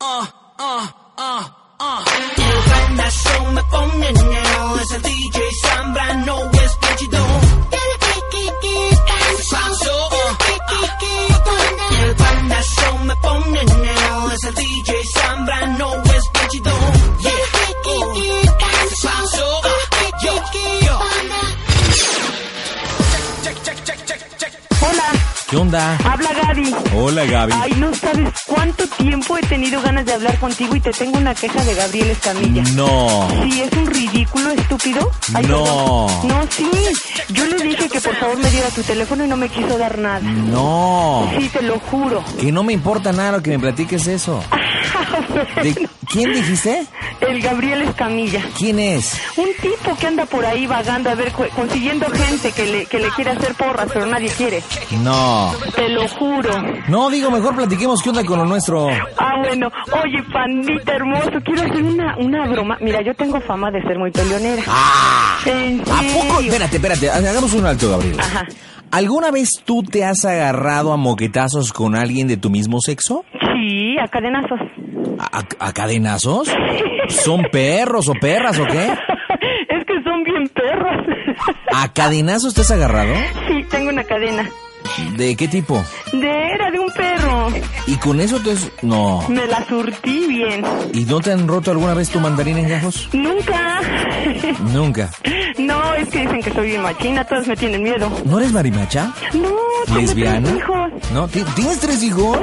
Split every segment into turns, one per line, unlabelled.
Uh, uh, uh, uh. Llevan la show, me ponen now. Es el DJ Zambrano, es Pechito. uh, Llevan la show, me ponen now. Es el DJ Zambrano, es Pechito. Yeah, uh. Pasó, uh, yo, yo. Check, check, check, check, check.
Hola,
¿Qué onda?
habla Gaby.
Hola Gaby.
Ay, no sabes cuánto tiempo he tenido ganas de hablar contigo y te tengo una queja de Gabriel Escamilla.
No.
Sí, es un ridículo estúpido. Ay,
No.
perdón. No, sí. Yo le dije que por favor me diera tu teléfono y no me quiso dar nada.
No.
Sí, te lo juro.
Que no me importa nada lo que me platiques eso. ¿De quién dijiste?
El Gabriel Escamilla.
¿Quién es?
Un tipo que anda por ahí vagando, a ver, cu- consiguiendo gente que le, que le quiere hacer porras, pero nadie quiere.
No.
Te lo juro.
No, digo, mejor platiquemos qué onda con lo nuestro.
Ah, bueno. Oye, pandita hermoso, quiero hacer una, una broma. Mira, yo tengo fama de ser muy peleonera.
Ah.
¿En
¿A poco?
serio?
Espérate, espérate. Hagamos un alto, Gabriel.
Ajá.
¿Alguna vez tú te has agarrado a moquetazos con alguien de tu mismo sexo?
Sí, a cadenazos.
¿A, a- a cadenazos? ¿Son perros o perras o qué?
es que son bien perros.
¿A cadenazos te has agarrado?
sí, tengo una cadena.
¿De qué tipo?
De era de un perro.
¿Y con eso te has... No.
Me la surtí bien.
¿Y no te han roto alguna vez tu mandarín en gajos?
Nunca.
Nunca.
no, es que dicen que soy bien machina, todos me tienen miedo.
¿No eres marimacha?
No, tengo
¿Lesbiana?
tres hijos.
¿No? ¿Ti- ¿Tienes tres hijos?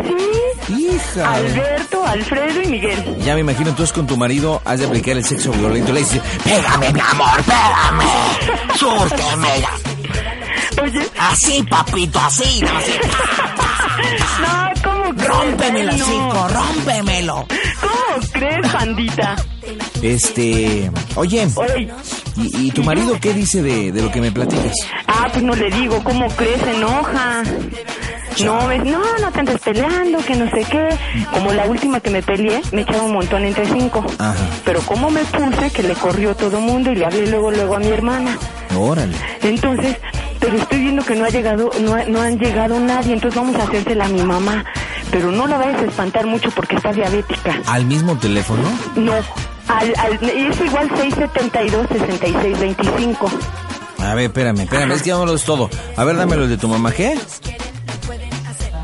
Hija.
Alberto, Alfredo y Miguel.
Ya me imagino, entonces con tu marido has de aplicar el sexo violento. Le dices, pégame, mi amor, pégame. Súrteme.
Oye,
Así, papito, así. así.
no, ¿cómo crees?
Rómpeme
Ay,
el
no.
hocico, rómpemelo.
¿Cómo crees, pandita?
Este, oye,
Oye,
¿y, y tu marido qué dice de, de lo que me platicas?
ah, pues no le digo, ¿cómo crees? Se enoja. No, ves, no, no te andes peleando, que no sé qué. Como la última que me peleé, me echaba un montón entre cinco.
Ajá.
Pero como me puse que le corrió todo mundo y le hablé luego, luego a mi hermana.
Órale.
Entonces, pero estoy viendo que no ha llegado, no, ha- no han llegado nadie, entonces vamos a hacérsela a mi mamá. Pero no la vayas a espantar mucho porque está diabética.
¿Al mismo teléfono?
No, al, al, es igual 672-6625.
A ver, espérame, espérame, es que ya no lo es todo. A ver, dámelo el de tu mamá, ¿qué?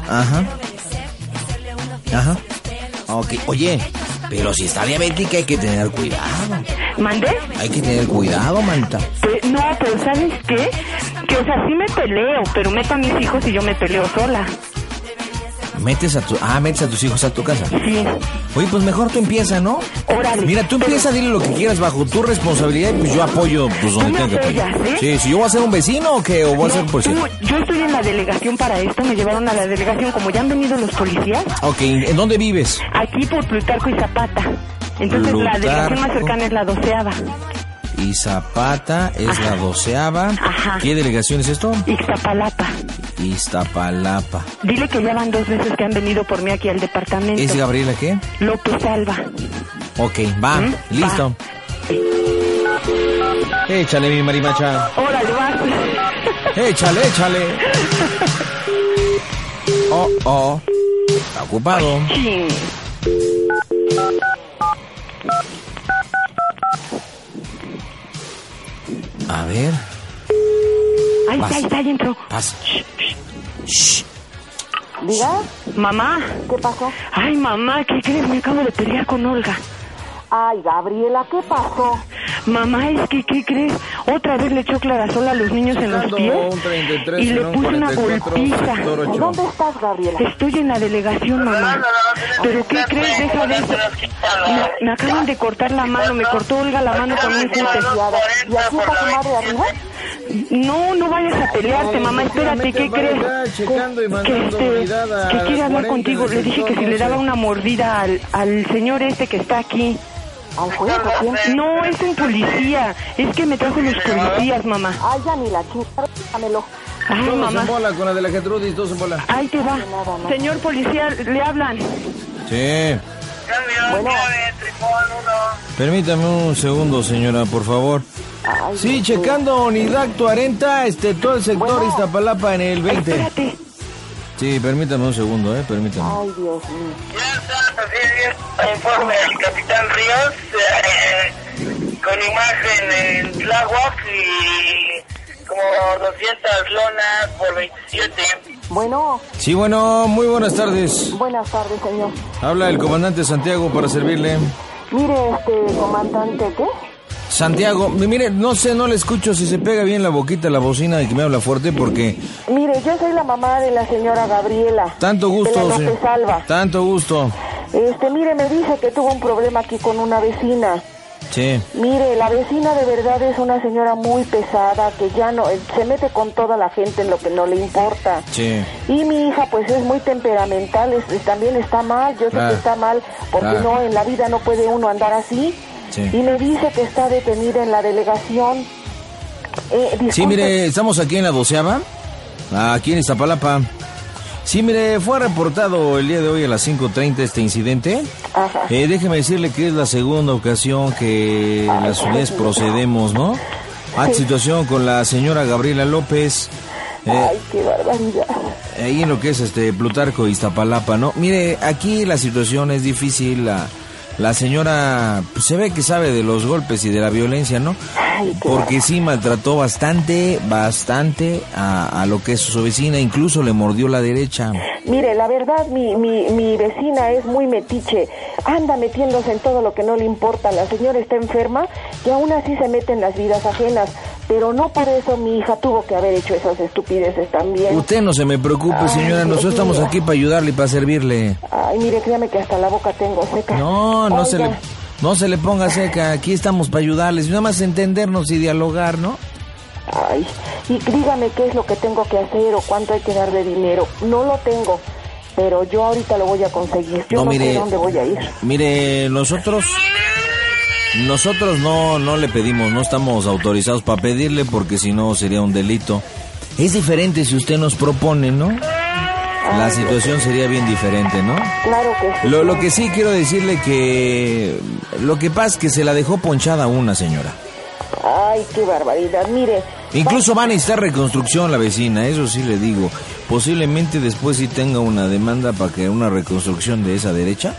Ajá. Ajá. Ok, oye, pero si está diabética hay que tener cuidado.
¿Mandé?
Hay que tener cuidado, manta.
Pe- Este, No, pero ¿sabes qué? Que, o sea, sí me peleo, pero meto a mis hijos y yo me peleo sola.
Metes a tu, ah, metes a tus hijos a tu casa.
Sí.
Oye, pues mejor tú empieza, ¿no?
Órale.
Mira, tú empieza, dile lo que quieras bajo tu responsabilidad y pues yo apoyo pues donde
me
tenga que apoyar.
apoyas, ¿eh?
Sí, si yo voy a ser un vecino o qué, o voy a ser
No,
pues.
tú, yo estoy en la delegación para esto, me llevaron a la delegación, como ya han venido los policías,
Ok, ¿en dónde vives?
aquí por Plutarco y Zapata. Entonces la
Plutarco.
delegación más cercana es la doceava.
Y Zapata es la doceava.
Ajá.
¿Qué delegación es esto?
Ixtapalapa.
Iztapalapa.
Dile que ya van dos veces que han venido por mí aquí al departamento.
¿Es Gabriela qué?
López Alba.
Ok, va,
¿Mm?
listo. Échale, mi marimacha.
Órale, vas.
Échale, échale. Oh, oh. Está ocupado.
Chin.
A ver,
Ahí
Vas.
está,
Ah.
ahí está, ahí entró.
pasa.
Diga,
Mamá.
¿qué pasó?
Ay, mamá, ¿qué crees? Me acabo de pelear con Olga.
Ay, Gabriela, ¿qué pasó?
Mamá, es que, ¿qué crees? Otra vez le echó clarasol a los niños en los pies y le puse una golpiza.
¿Dónde estás, Gabriela?
Estoy en la delegación, mamá. ¿Pero qué crees? Deja de eso. Me, me acaban de cortar la mano, me cortó Olga la mano con un cúter.
¿Y ahora- ¿Y aquí está tu madre arriba?
No, no vayas a pelearte, mamá, espérate, ¿qué crees?
checando y
Que,
mandando
este,
unidad a
que
las
quiere hablar
40
contigo. Le dije que si le daba una mordida al, al señor este que está aquí.
¿Al juez o quién?
No, es un policía. Es que me trajo los policías, mamá.
Ay, ya ni la chica, dámelo.
Ay, mamá.
bola con la de la Gertrudis, dos en bola.
Ahí te va.
Nada más.
Señor policía, le hablan.
Sí.
Bueno,
Permítame un segundo, señora, por favor. Sí, checando unidad 40, este, todo el sector Iztapalapa en el 20.
Espérate.
Sí, permítame un segundo, eh, permítame.
ay, Dios mío. México.
el Capitán Ríos eh, con imagen en Tláhuac y como 200 lonas por 27.
Bueno,
Sí, bueno, muy buenas tardes.
buenas tardes, señor.
Habla el comandante Santiago para servirle.
Mire, este comandante, ¿qué?
Santiago, m- mire, no sé, no le escucho si se pega bien la boquita a la bocina y que me habla fuerte porque
Mire, yo soy la mamá de la señora Gabriela.
tanto
De
gusto.
la López
se-
Alba.
Tanto gusto.
Este, mire, me dice que tuvo un problema aquí con una vecina.
Sí.
Mire, la vecina de verdad es una señora muy pesada que ya no eh, se mete con toda la gente en lo que no le importa.
Sí.
Y mi hija pues es muy temperamental, es- es- también está mal, yo sé
Claro.
que está mal, porque
Claro.
no, en la vida no puede uno andar así.
Ah. Sí.
Y me dice que está detenida en la delegación. Eh,
Sí,
disculpe,
mire, estamos aquí en la doceava, aquí en Iztapalapa. Sí, mire, fue reportado el día de hoy a las 5.30 este incidente.
Ajá.
Eh, déjeme decirle que es la segunda ocasión que las unidades procedemos, ¿no? A esta situación con la señora Gabriela López, eh,
Ay, qué barbaridad.
ahí en lo que es este Plutarco Iztapalapa, ¿no? Mire, aquí la situación es difícil, la, la señora pues, se ve que sabe de los golpes y de la violencia, ¿no?
Ay, qué
Porque sí maltrató bastante, bastante a, a lo que es su vecina, incluso le mordió la derecha.
Mire, la verdad, mi, mi, mi vecina es muy metiche. Anda metiéndose en todo lo que no le importa. La señora está enferma y aún así se mete en las vidas ajenas. Pero no por eso mi hija tuvo que haber hecho esas estupideces también.
Usted no se me preocupe, señora, nosotros estamos aquí para ayudarle y para servirle.
Ay, mire, créame que hasta la boca tengo seca.
No, no
Oiga,
se le no se le ponga seca, aquí estamos para ayudarles, nada más entendernos y dialogar, ¿no?
Ay, y dígame qué es lo que tengo que hacer o cuánto hay que dar de dinero. No lo tengo, pero yo ahorita lo voy a conseguir. Yo no, sé dónde voy a ir.
Mire, nosotros nosotros no no le pedimos, no estamos autorizados para pedirle porque si no sería un delito. Es diferente si usted nos propone, ¿no? La situación sería bien diferente, ¿no?
Claro que sí.
Lo, lo que sí quiero decirle que lo que pasa es que se la dejó ponchada una señora.
Ay, qué barbaridad. Mire,
Incluso van a necesitar reconstrucción la vecina, eso sí le digo. Posiblemente después sí tenga una demanda para que una reconstrucción de esa derecha.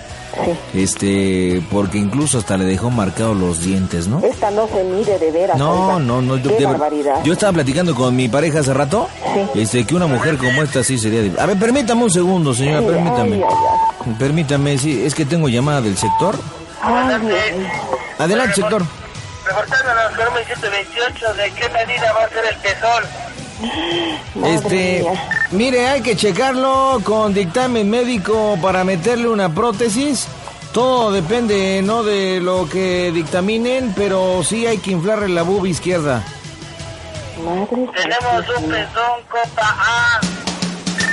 Sí.
Este, porque incluso hasta le dejó marcados los dientes, ¿no?
Esta no se mide de veras.
No,
oiga.
no, no.
Qué
de-
barbaridad.
yo estaba platicando con mi pareja hace rato.
Sí.
Este, que una mujer como esta sí sería. de- A ver, permítame un segundo, señora,
Sí,
permítame.
ay, ay,
Permítame, sí, es que tengo llamada del sector.
Ay, Dios mío.
Adelante, sector.
Reportando la norma 128, ¿de qué medida va a ser el tesón?
Madre
este,
mía.
mire, hay que checarlo con dictamen médico para meterle una prótesis. Todo depende, ¿no? De lo que dictaminen, pero sí hay que inflarle la bub izquierda.
Madre
Tenemos
Dios
un
mío.
tesón Copa A.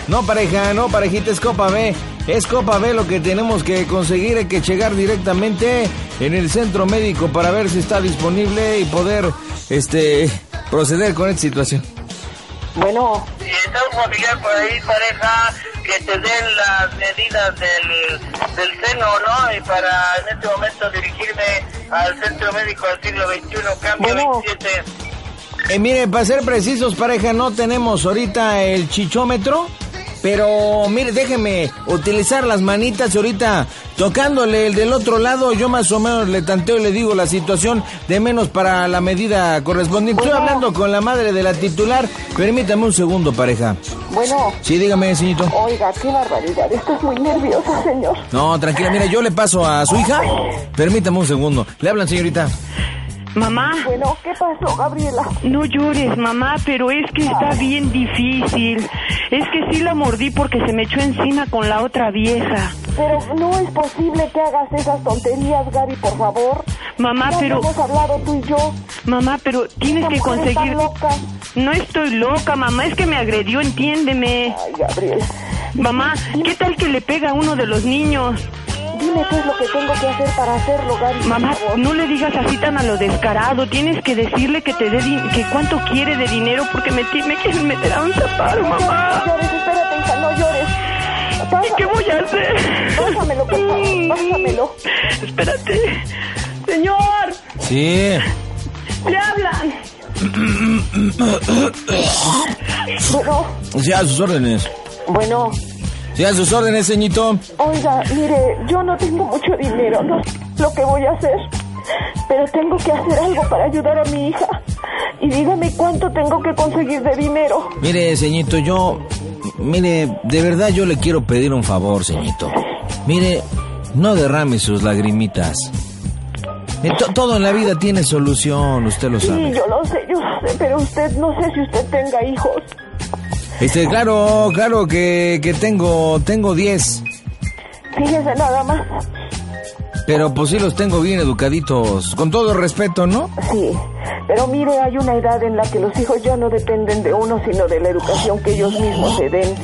No, pareja, no, parejita, es Copa B. Es Copa B lo que tenemos que conseguir. Hay que llegar directamente en el centro médico para ver si está disponible y poder este, proceder con esta situación.
Bueno,
Si está un familiar por ahí, pareja, que te den las medidas del, del seno, ¿no? Y para en este momento dirigirme al Centro Médico del Siglo XXI, Cambio
Bueno.
27.
Eh, mire, para ser precisos, pareja, no tenemos ahorita el chichómetro. Pero mire, déjeme utilizar las manitas y ahorita tocándole el del otro lado. Yo más o menos le tanteo y le digo la situación de menos para la medida correspondiente. Estoy hablando con la madre de la titular. Permítame un segundo, pareja.
bueno.
Sí, dígame, señorito.
Oiga, qué barbaridad. Esto es muy nervioso, señor.
No, tranquila, mira, yo le paso a su hija. Permítame un segundo. Le hablan, señorita.
Mamá,
Bueno, ¿qué pasó, Gabriela?
no llores, mamá, pero es que está bien difícil. Es que sí la mordí porque se me echó encima con la otra vieja.
Pero no es posible que hagas esas tonterías, Gaby, por favor.
Mamá,
Ya
pero,
hemos hablado tú y yo.
mamá, pero tienes
Esta
que
mujer está
conseguir.
loca.
No estoy loca, mamá, es que me agredió, entiéndeme.
Ay, Gabriela.
Mamá, ¿qué tal que le pega a uno de los niños?
Dime qué es lo que tengo que hacer para hacerlo, Gaby. por
Mamá,
favor.
no le digas así tan a lo descarado. Tienes que decirle que te dé di- que cuánto quiere de dinero porque me, ti- me quieren meter a un zaparo,
No
mamá.
llores, espérate, hija, no llores.
¿Y qué voy a hacer?
Pásamelo, por favor, pásamelo.
Espérate. Señor,
Sí.
le hablan.
Bueno,
Sí, a sus órdenes.
bueno,
Sí, a sus órdenes, ceñito.
Oiga, mire, yo no tengo mucho dinero, no sé lo que voy a hacer, pero tengo que hacer algo para ayudar a mi hija. Y dígame cuánto tengo que conseguir de dinero.
Mire, ceñito, yo. Mire, de verdad yo le quiero pedir un favor, ceñito. Mire, no derrame sus lagrimitas. Eh, to- todo en la vida tiene solución, usted lo
Sí,
sabe.
yo lo sé, yo sé, pero usted no sé si usted tenga hijos.
Este, claro, claro que, que tengo, tengo 10.
Fíjese nada más.
Pero pues sí los tengo bien educaditos. Con todo respeto, ¿no?
Sí, pero mire, hay una edad en la que los hijos ya no dependen de uno, sino de la educación que ellos mismos se den.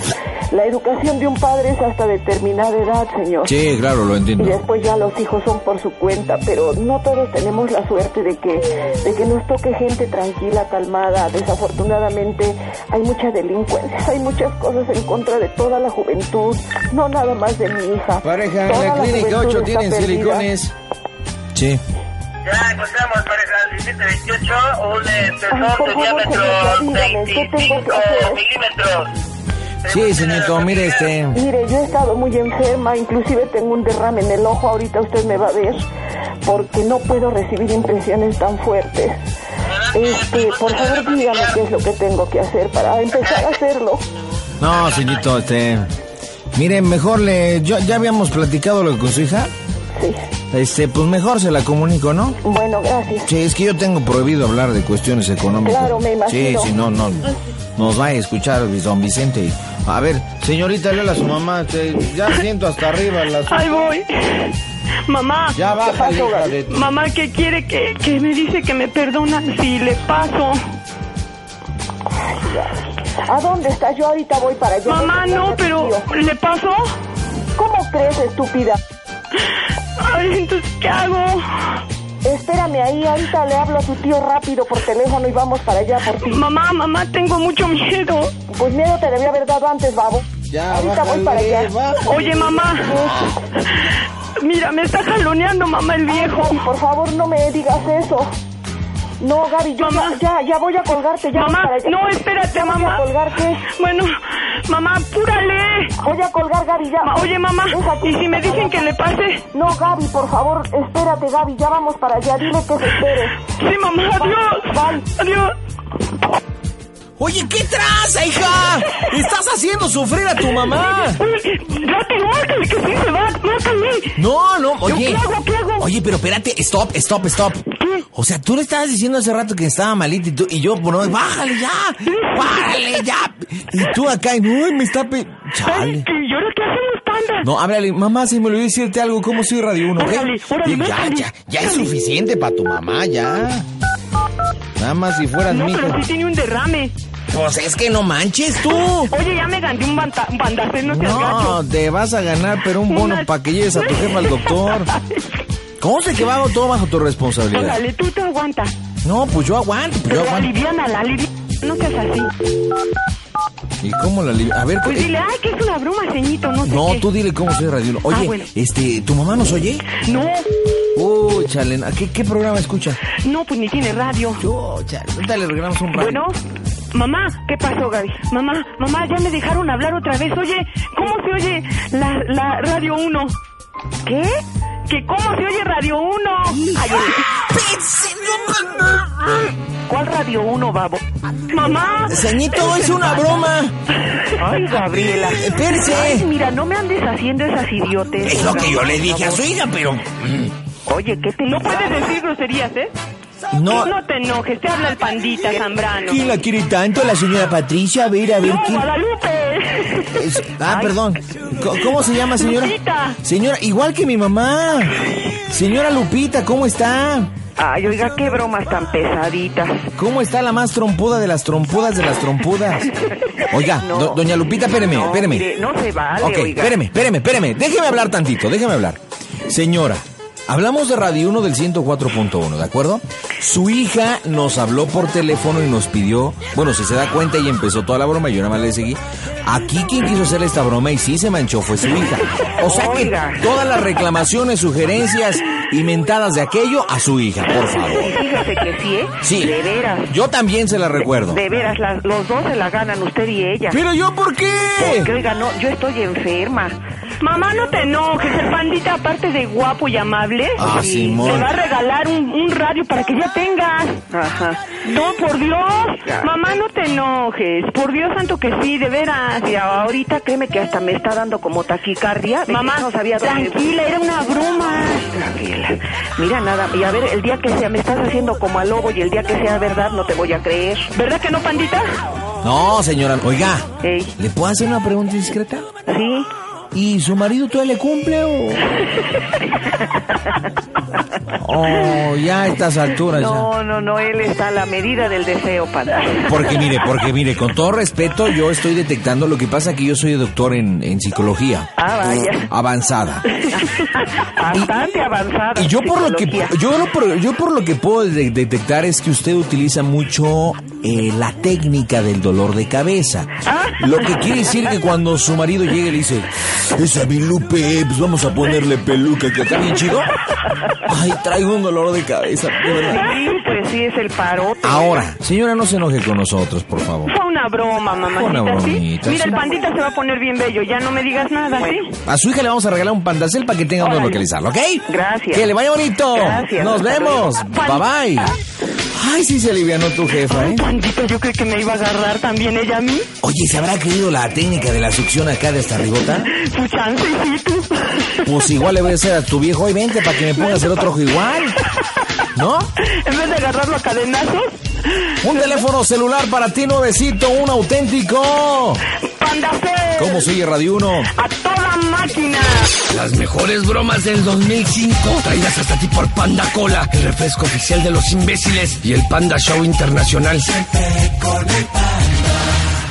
La educación de un padre es hasta determinada edad, señor.
Sí, claro, lo
Y
entiendo.
después ya los hijos son por su cuenta, pero no todos tenemos la suerte de que, de que nos toque gente tranquila, calmada. Desafortunadamente hay mucha delincuencia, hay muchas cosas en contra de toda la juventud, no nada más de mi hija.
Pareja, en
Toda
la clínica
juventud
8
está
tienen
perdida.
silicones.
Sí.
Ya encontramos pareja 1728, un eh,
Ay, por
sensor de
favor,
diámetro
señorita, dígame, ¿qué tengo que
25
hacer?
milímetros.
Sí, ceñito, mire este.
Mire, yo he estado muy enferma, inclusive tengo un derrame en el ojo, ahorita usted me va a ver, porque no puedo recibir impresiones tan fuertes. Este, por favor dígame qué es lo que tengo que hacer para empezar a hacerlo.
No, ceñito, este. Mire, mejor le. yo- ya habíamos platicado lo con su hija.
Sí.
Este, pues mejor se la comunico, ¿no?
Bueno, gracias.
Sí, es que yo tengo prohibido hablar de cuestiones económicas.
Claro, me imagino.
Sí, sí, no, no. Nos va a escuchar don Vicente.
A ver, señorita, léela a su mamá.
este,
te- ya siento hasta arriba la
Ahí voy. Mamá.
Ya baja, hija de tu-
Mamá que quiere que, que me dice que me perdona si le paso.
¿A dónde está? Yo ahorita voy para allá.
Mamá, no, pero ¿le paso?
¿Cómo crees, estúpida?
Ay, entonces, ¿qué hago?
Espérame ahí, ahorita le hablo a tu tío rápido por teléfono y vamos para allá por ti.
Mamá, mamá, tengo mucho miedo.
Pues miedo te debía haber dado antes, babo.
Ya,
ahorita voy
bájale,
para allá.
bájale.
Oye, mamá. Mira, me está jaloneando, mamá, el
Ay,
viejo.
Gaby, por favor, no me digas eso. No, Gaby, yo
Mamá.
ya, ya, ya voy a colgarte. Ya voy
Mamá,
para allá.
no, espérate,
Voy a
mamá.
colgarte.
Bueno, mamá, apúrale.
Voy a colgar, Gaby, ya.
Ma- Oye, mamá,
Es aquí,
¿y si me dicen que le pase?
No, Gaby, por favor, espérate, Gaby, ya vamos para allá. Dile que se espere.
Sí, mamá, adiós. Adiós.
Oye, ¿qué traza, hija? Estás haciendo sufrir a tu mamá.
Uy, rápido, márcale, que sí se va, márcale.
No, no, oye.
¿Qué hago? ¿Qué hago?
Oye, pero espérate, stop, stop, stop. O sea, tú le estabas diciendo hace rato que estaba malita y, tú, y yo, bueno, bájale ya, bájale ya. Y tú acá, uy, me está... Pe... Chale.
¿Y ahora qué hacemos, panda?
No, háblale, mamá, si me olvidó decirte algo, ¿cómo soy Radio eh? 1,
Órale, órale,
Ya,
métale.
ya, ya es suficiente para tu mamá, ya. Nada más si fueras
No,
mi hija.
pero sí tiene un derrame.
Pues es que no manches tú.
Oye, ya me gané un banda- un bandacé, no te agacho.
No, te vas a ganar, pero un bono
Una-
para que lleves a tu jefa al doctor. ¿Cómo se que va todo bajo tu responsabilidad?
Órale, tú te aguantas.
No, pues yo aguanto, pues yo
Pero
aguanto.
aliviana, la aliviana. No seas así.
¿Y cómo la li- A ver,
Pues
eh,
dile, ay, que es una broma, ceñito, no sé
no,
qué.
tú dile cómo soy Radio Uno. Oye,
Ah, bueno.
este, ¿tu mamá nos oye?
No,
Uy, chale, ¿a ¿qué, qué programa escucha?
no, pues ni tiene radio.
Yo, chale, ahorita le regalamos un radio.
Bueno, mamá, ¿qué pasó, Gaby? Mamá, mamá, ya me dejaron hablar otra vez. Oye, ¿cómo se oye la, la Radio 1? ¿Qué? ¿Que cómo se oye Radio 1? Ay, ¿Cuál Radio 1, babo? Mamá.
Señito, es una broma. Eh,
Ay, Gabriela. Ay,
Espérese.
mira, no me andes haciendo esas idiotes.
Es lo que yo le dije a su hija, pero...
Oye, ¿qué te No puedes decir groserías, ¿eh?
No,
No te enojes, te habla el pandita Zambrano.
¿quién la quiere tanto? La señora Patricia, a ver, a ver,
¡No,
¿quién?
Guadalupe!
Es- ah,
Ay.
perdón. Co- ¿Cómo se llama, señora?
Lupita.
Señora, igual que mi mamá. Señora Lupita, ¿cómo está?
Ay, oiga, qué bromas tan pesaditas.
¿Cómo está la más trompuda de las trompudas de las trompudas? Oiga,
No.
do- doña Lupita, espéreme,
No,
espéreme.
mire, no se vale,
ok,
oiga.
espéreme, espéreme, espéreme. Déjeme hablar tantito, déjeme hablar. Señora, hablamos de Radio 1 del 104.1, ¿de acuerdo? Su hija nos habló por teléfono y nos pidió, bueno, si se da cuenta y empezó toda la broma, yo nada más le seguí. Aquí quien quiso hacer esta broma y sí se manchó fue su hija. O sea que
Oiga.
todas las reclamaciones, sugerencias y mentadas de aquello a su hija, por favor.
Y fíjese que sí, ¿eh?
Sí,
De veras.
yo también se la recuerdo.
De veras, las- los dos se la ganan, usted y ella.
Pero yo, ¿por qué?
Porque, oiga, no, yo estoy enferma. Mamá, no te enojes, el pandita, aparte de guapo y amable,
Ah,
sí,
Simón.
te va a regalar un, un radio para que ya tengas. Ajá. No, por Dios, mamá, no te enojes. Por Dios santo que sí, de veras.
Y ahorita créeme que hasta me está dando como taquicardia.
Mamá,
no sabía dónde-
tranquila, era una broma.
Tranquila. Mira nada, y a ver, el día que sea, me estás haciendo como al lobo y el día que sea verdad no te voy a creer.
¿Verdad que no, pandita?
No, señora, oiga,
Ey.
¿le puedo hacer una pregunta discreta?
Sí.
¿Y su marido todavía le cumple o...? Oh, ya a estas alturas ya.
No, no, no, él está a la medida del deseo, panda.
Porque mire, porque mire, con todo respeto yo estoy detectando lo que pasa que yo soy doctor en, en psicología
Ah, vaya.
avanzada.
Bastante avanzada.
Mm. Y yo por lo que
psicología.
yo, lo por- yo por lo que puedo de- detectar es que usted utiliza mucho eh, la técnica del dolor de cabeza.
Ah.
Lo que quiere decir que cuando su marido llega y le dice, esa mi Lupe, pues vamos a ponerle peluca que está bien chido. Ay, traigo un dolor de cabeza, de verdad.
Sí, pues sí, es el parote.
Ahora, señora, no se enoje con nosotros, por favor.
Fue una broma, mamacita,
Una
¿sí?
bromita,
Mira,
sí.
el pandita se va a poner bien bello, ya no me digas nada, ¿sí?
A su hija le vamos a regalar un pandacel para que tenga donde
Órale.
localizarlo, ¿ok?
Gracias.
Que le vaya bonito.
Gracias.
Nos
Hasta
vemos.
luego.
Bye bye. Ay, sí se alivianó tu jefa, ¿eh?
Pandita, yo creí que me iba a agarrar también ella a mí.
Oye, ¿se habrá creído la técnica de la succión acá de esta ribota?
Su chance, sí, tú.
Pues igual le voy a hacer a tu viejo y vente para que me ponga a hacer otro ojo igual. ¿No?
en vez de agarrarlo a cadenazos,
Un teléfono celular para ti, nuevecito, un auténtico.
pandacel.
¿Cómo sigue Radio 1?
A toda máquina.
Las mejores bromas del 2005 traídas hasta ti por Panda Cola, el refresco oficial de los imbéciles y el Panda Show Internacional.